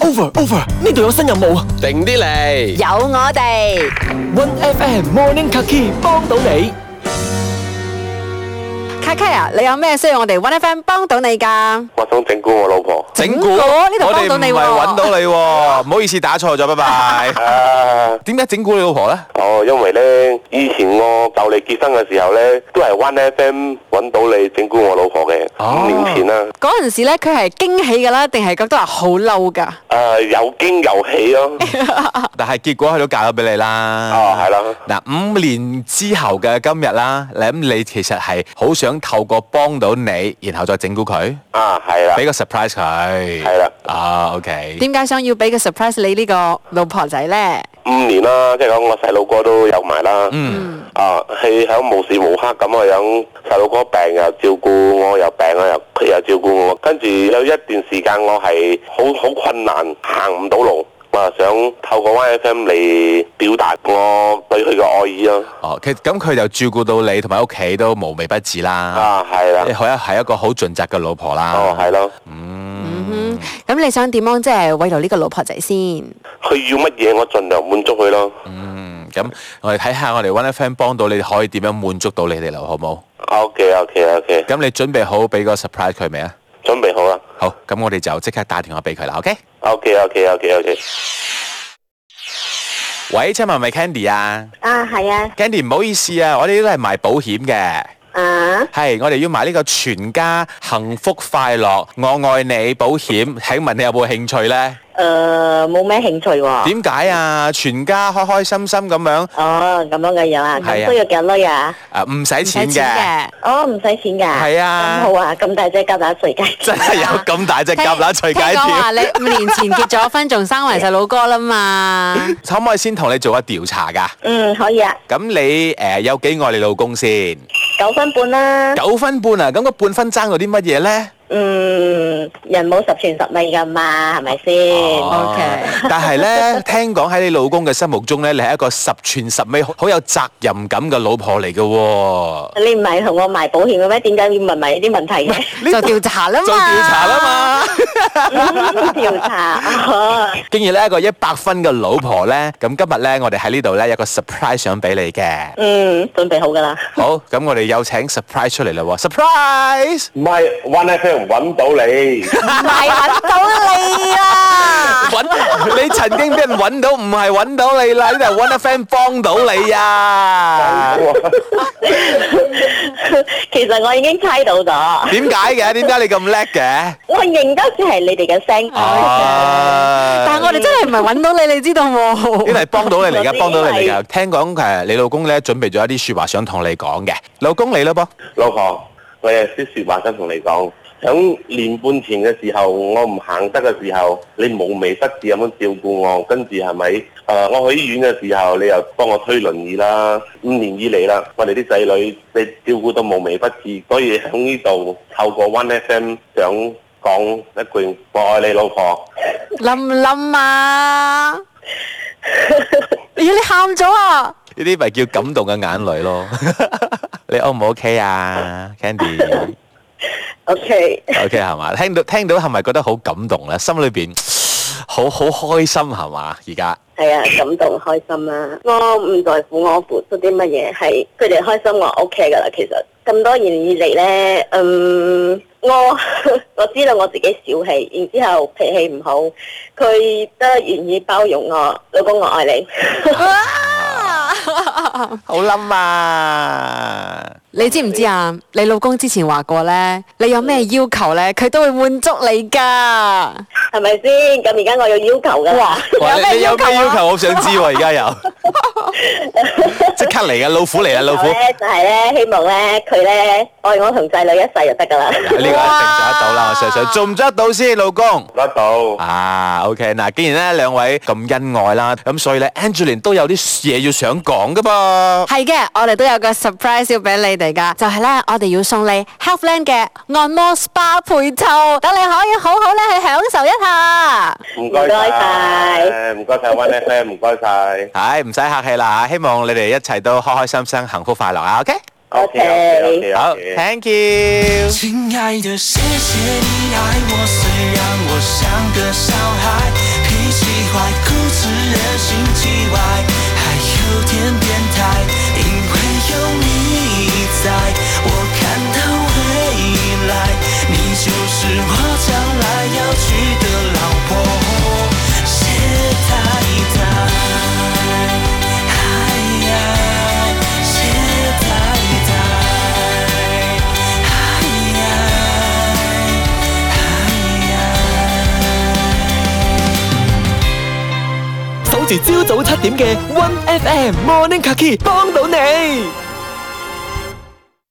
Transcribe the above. over over，呢度有新任務啊定啲嚟。有我哋。 ！One FM Morning Kaki 幫到你。卡卡啊，你有咩需要我哋 One FM 幫到你㗎？我想整蠱我老婆。。整蠱呢度我哋幫到唔你係喎揾到你喎， 唔好意思打錯咗，拜拜 啊，點解整蠱你老婆咧？哦，因為咧，以前我就你結婚嘅時候咧，都係 One FM 揾到你整蠱我老婆嘅，哦五年前啦。嗰陣時咧，佢係驚喜㗎啦，定係覺得話好嬲㗎？啊，又驚又喜咯。但係結果佢都嫁咗俾你啦。啊哦係啦嗱，五年之後嘅今日啦，你咁你其實係好想透過幫到你，然後再整蠱佢，啊，係啦俾。個 surprise 佢。係啦啊，OK。點解想要俾個 surprise 你呢個老婆仔咧？五年啦，即係講我細佬哥都有埋啦。嗯。啊，佢響無時無刻咁嘅樣，細佬哥病又照顧我，又病啊，又佢又照顧我。跟住有一段時間我係好好困難，行唔到路。我又想透過 YFM 嚟表達我對佢嘅愛意咯。哦，其咁佢就照顧到你同埋屋企都無微不至啦。啊，係啦你。可以係一個好盡責嘅老婆啦。哦，係咯。嗯，咁你想點樣即係慰勞呢個老婆仔先？佢要乜嘢我盡量滿足佢咯。嗯，咁我哋睇下我哋 One FM 幫到你可以點樣滿足到你哋啦，好冇？啊 OK，OK，OK，咁你準備好俾個 surprise 佢未啊？準備好啦。好，咁我哋就即刻打電話俾佢啦，OK？ OK，OK，OK，OK。喂，請問係咪 Candy 啊啊，系啊， ？Candy 唔好意思啊，我哋都係賣保險嘅，啊，係我哋要買呢個全家幸福快樂我愛你保險，請問你有冇興趣呢？诶、冇咩興趣喎、點解啊？全家開開心心咁樣，哦，咁樣嘅樣啊，係咁啊需要幾多啊？誒唔使唔使錢嘅，哦，唔使錢㗎。係啊咁好啊，咁大隻夾乸隨街。真係有咁大隻聽蛤乸隨街聽講跳。話你五年前結咗婚，仲 生埋細佬哥啦嘛？可唔可以先同你做個調查㗎？嗯，可以啊，咁你誒、呃有幾愛你老 公先？九分半啦。九分半啊，咁個半分爭到啲乜嘢呢？嗯，人冇十全十美㗎嘛，係咪先？Ờ. 哦 OK 但係呢， 聽講喺你老公嘅心目中呢，你係一個十全十美、好好有責任感嘅老婆嚟嘅喎。你唔係同我賣保險嘅咩？點解要問埋呢啲問題 嘅？就調查啦嘛，做調查啦嘛， 嗯調查哦，竟然呢一個一百分嘅老婆呢，咁今日呢，我哋喺呢度呢，有個 surprise 想俾你嘅。嗯，準備好㗎 啦。好，咁我哋有請 surprise 出嚟啦喎，surprise！唔係 One FM 揾到 你，唔係揾到你啊 啦。揾你曾經俾人揾到，唔係揾到你啦，呢度係 One FM 幫到你啊！其實我已經猜到咗，點解嘅？點解你咁叻嘅？我認得只係你哋嘅聲。Ờ. 但係我哋真係唔係揾到你，你知 道呢個冇？係幫到你嚟㗎，我幫到你嚟因㗎。為聽講誒，你老公咧準備咗一啲説話想同你講嘅，老公你啦噃。老婆，我有啲説話想同你講。響年半前嘅時候，我唔行得嘅時候，你無微不至咁樣照顧我，跟住係咪？誒、我去醫院嘅時候，你又幫我推輪椅啦。五年以嚟啦，我哋啲仔女你照顧到無微不至，所以響呢度透過 One FM 想講一句我愛你老婆。冧唔冧啊？咦，你喊咗啊？呢啲咪叫感動嘅眼淚咯。 你 O 唔 OK 啊，Candy？OK O K。係嘛？聽到聽到係咪覺得好感動咧？心裏邊好好開心係嘛？而家係啊，感動開心啦、我唔在乎我付出啲乜嘢，係佢哋開心我 O K 噶啦。其實咁多年以嚟咧，嗯，我 我知道我自己小氣，然之後脾氣唔好，佢都願意包容我。老公，我愛你。 好冧啊！你知唔知啊？你老公之前話過咧，你有咩要求咧，佢都會滿足你噶。係咪先？咁而家我有要求㗎啦。哇！你你有咩要啊？求？我想知喎，而家有即刻嚟嘅老虎嚟啊！老虎呢然後咧就係咧，希望咧佢咧愛我同仔女一世就得㗎啦。個一定做得到啦，我相信做唔做得到先，老公。得到。啊，OK，嗱，既然咧兩位咁恩愛啦，咁所以咧 Angeline 都有啲嘢要想講噶噃。係嘅，我哋都有個 surprise 要俾你哋噶，就係咧，我哋要送你 Healthland 嘅按摩 SPA 配套，等你可以好好咧去享受一下。唔該晒，唔該晒 One FM，唔該晒。唉，唔使客氣啦，希望你哋一齊都開開心心、幸福快樂啊，OK？ OK，OK，OK，OK 好，Thank you。亲爱的，谢谢你爱我，虽然我像个小孩，怪，固执人心机歪，还有点变态，因为有你在，我看到未来，你就是我将来要娶的老婆，谢太太。哎呀，谢太太，哎呀，守住朝早七點嘅 One FM Morning Kaki 幫到你。